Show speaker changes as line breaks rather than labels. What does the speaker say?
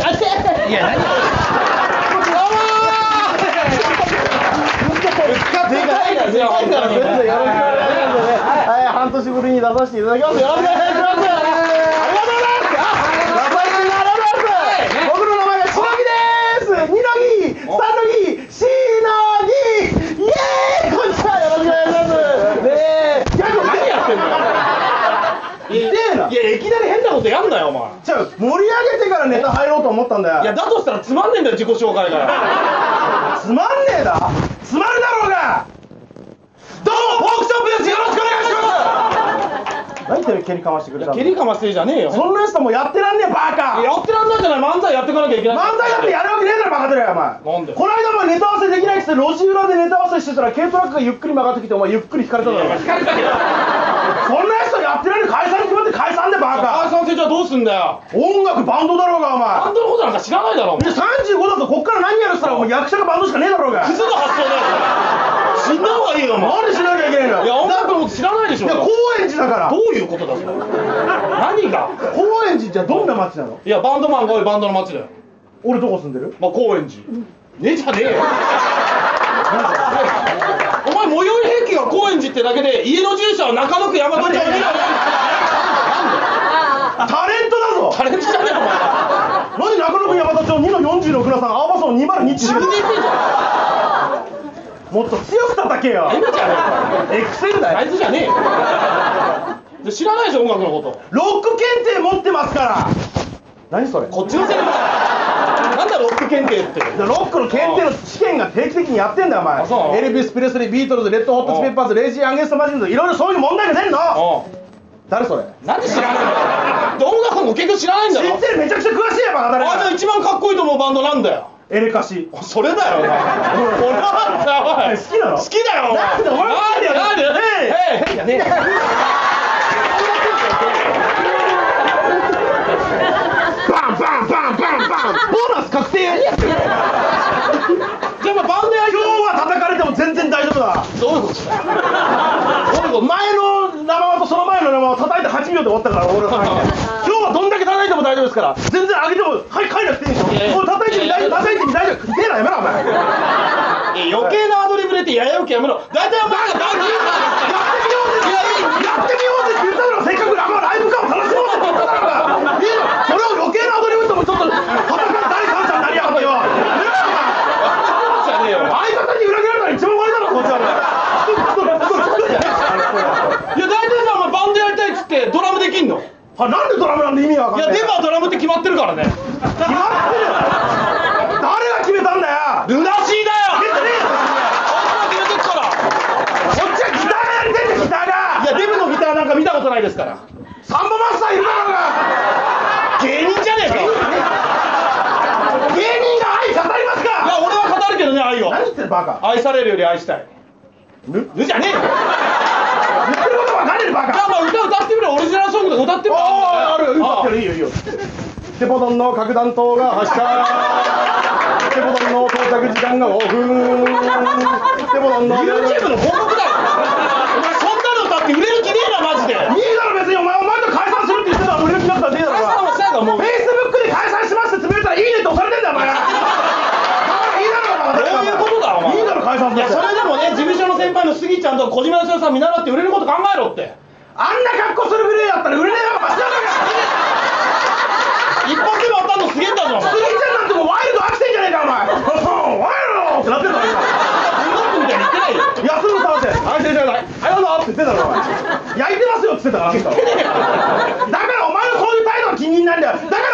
いや何
でかいですよ、本当に。よろしくお願いします。はい、半年ぶりに出させていただきます。よろしくお願いします。ありがとうございます。あ、名前が並びます。僕の名前がしのぎです。二のぎ、三のぎ、しのぎ。イエーイ、こんにちは。よろしくお願いします。ねえ、ギャグ何やってんだよ。
いやいきなり変なことやんなよお前
じゃあ盛り上げてからネタ入ろうと思ったんだよ。
いやだとしたらつまんねえんだよ自己紹介が
つまんねえだつまるだろうが
どうもポークショップですよろしくお願いしま
何言ってる蹴りかましてくれた
す
んだ
蹴りかましてじゃねえよ
そんなやつともうやってらんねえバカ
やってらんないじゃない漫才やっていかなきゃいけない
漫才だってやるわけねえだろバカてるやお前
なんで
この間お前ネタ合わせできないっつって路地裏でネタ合わせしてたら軽トラックがゆっくり曲がってきてお前ゆっくり引かれただろ
聞かれたけど
そんなやつとやってらんねえ解散に決まって解散でバ
解
カ
散成長どうすんだよ
音楽バンドだろうがお
バンド
前
のことなんか知らないだろお前
で35だとこっから何やるっつったらお前役者がバンドしかねえだろうが
クズの発想だよそれ死んだ方がいいよお前
何しなきゃいけないんだ
いや
よ
音楽のこと知らないでしょ
いや高円寺だから
どういうことだそれ何が
高円寺じゃどんな街なの
いやバンドマンが多いバンドの街だよ
俺どこ住んでる
まあ高円寺ねえじゃ ねえよお前最寄り兵器が高円寺ってだけで家の住所は中野区大和町に
タレントだぞ
タレントじゃねえよお前
何中野区山田町2の40の船さん青葉村202
自分で言ってんじゃん
もっと強く叩けよ
変じゃね
エクセル
え
だ
あ
よ
いつじゃねえ よで知らないでしょ音楽のこと
ロック検定持ってますから何それ
こっちのセリフだなんだロック検定って
ロックの検定の試験が定期的にやってんだよ
あそ
お
う
前エルビス・プレスリービートルズレッド・ホット・スペッパーズレイジー・アンゲスト・マジンズいろいろそういう問題が出るの
う
誰それ
んなんで知らないんだよで音楽のこと結局知らないんだ
知
ろ
ってるめちゃくちゃ詳しいやバカだ
あじゃあ
ね
一番かっこいいと思うバンドなんだよ
エレカシ
それだよお前俺は
好きなの
好きだよお前
なんで俺は好きだよ
なんでなんで
え
えいじゃねえよ
バンバンバンバンバンボーナス確定
じゃあまあバンドや
今日は叩かれても全然大丈夫だ
どういうことだよどういうこと
前の生間とその前の生間を叩いて8秒で終わったから俺は今日はどんだけ叩いても大丈夫ですから全然上げてもはい帰らなくていいでし
いやいや
ょもう叩いてみ大丈夫叩いてみ大丈夫痛えなやめろお前
いや余計なアドリブ入れてややうけやめろ大体お前がバンド
やってみようぜやってみようぜって言ったのせっかく生ライブ感を楽しもうぜって言ったからいいのそれを余計なアドリブともちょっと叩かれ第三者になりやがってよ
じゃねえよお前
相方に裏切られたら一番悪いだろこっちは
いや大体さお前バンドやりたいっつってドラムできんのい
あなんでドラムなんで意味わかん
や
ない
デブはドラムって決まってるからね
決まってるよ誰が決めたんだよ
ルナシーだ
決め
よ
てねえよ
あんたが決めてっか
こっちはギターがやりてんだギターが
らいやデブのギターなんか見たことないですから
サンボマスターいるだろうが
芸人じゃねえかいや
芸人が愛語りますか
俺は語るけどね愛を
何言ってるバカ
愛されるより愛したい
ぬ
ぬじゃねえよじゃ
言ってることは何でバカ
あまあ歌歌ってみろオリジナルソングで歌ってみろ
ああーある歌って
る
るいいよいいよテポドンの核弾頭が発射テポドンの到着時間が5分テポドンの
YouTube の報告だよお前そんなの歌って売れる気ねえなマジで
いいだろ別にお前お前と解散するって言ってたら俺の気になったらいいだろ
解散はしたがもう
フェイスブックで解散しますってつぶやいたらいいねって押されてんだよお前だからいいだろ
どういうことだお前
いいだろ解散す
い
る
や
って
それでもね事務所の先輩の杉ちゃんと小島よしおさん見習って売れること考えろって
あんな格好するぐらいだったら売れねえよお前知らな
一発でも当たんのすげえんだぞお前
スギちゃんなんてもうワイルド飽きてんじゃねえかお前おうワイルドってなってんだろ
16分みたいに言ってないよ
今安室さんって「はい先生はいどうぞ」って言ってたろお前焼いてますよって言ってたからあんただからお前のそういう態度が気に入んないんだよだか